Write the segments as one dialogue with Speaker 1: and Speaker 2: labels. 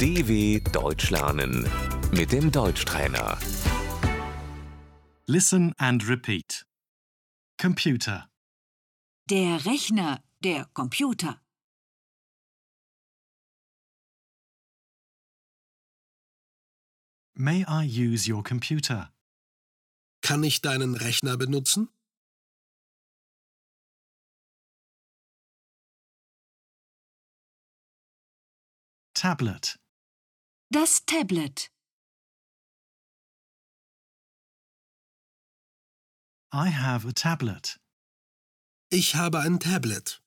Speaker 1: DW Deutsch lernen mit dem Deutschtrainer.
Speaker 2: Listen and repeat. Computer,
Speaker 3: Der Rechner, der Computer,
Speaker 2: may I use your computer?
Speaker 4: Kann ich deinen Rechner benutzen?
Speaker 2: Tablet,
Speaker 3: das Tablet,
Speaker 2: I have a tablet.
Speaker 4: Ich habe ein Tablet.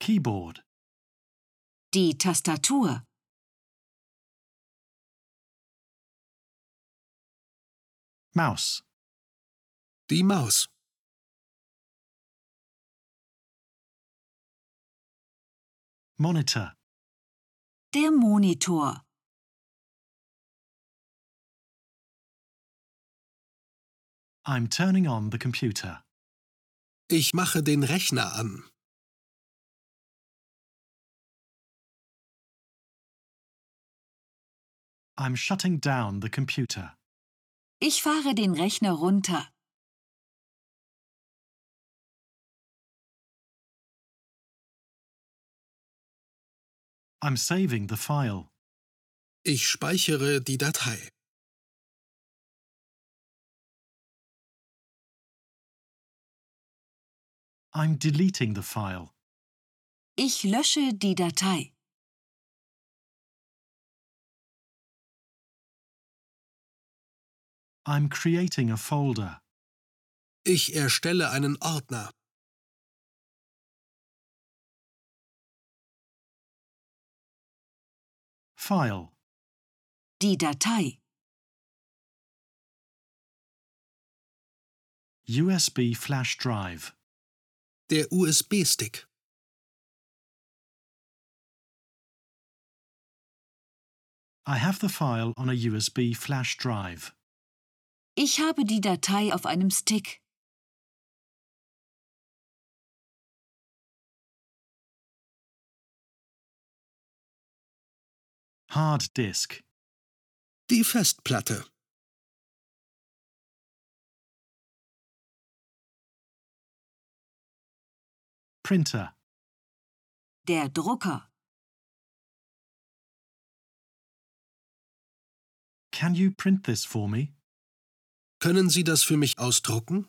Speaker 2: Keyboard,
Speaker 3: die Tastatur,
Speaker 2: mouse,
Speaker 4: Die Maus.
Speaker 2: monitor,
Speaker 3: der Monitor,
Speaker 2: I'm turning on the computer.
Speaker 4: Ich mache den Rechner an.
Speaker 2: I'm shutting down the computer.
Speaker 3: ich fahre den Rechner runter,
Speaker 2: I'm saving the file.
Speaker 4: Ich speichere die Datei.
Speaker 2: I'm deleting the file.
Speaker 3: ich lösche die Datei,
Speaker 2: I'm creating a folder.
Speaker 4: Ich erstelle einen Ordner.
Speaker 2: File,
Speaker 3: die Datei,
Speaker 2: USB flash drive,
Speaker 4: Der USB-Stick.
Speaker 2: I have the file on a USB flash drive.
Speaker 3: ich habe die Datei auf einem Stick,
Speaker 2: Hard disk,
Speaker 4: Die Festplatte.
Speaker 2: printer,
Speaker 3: der Drucker,
Speaker 2: Can you print this for me?
Speaker 4: Können Sie das für mich ausdrucken?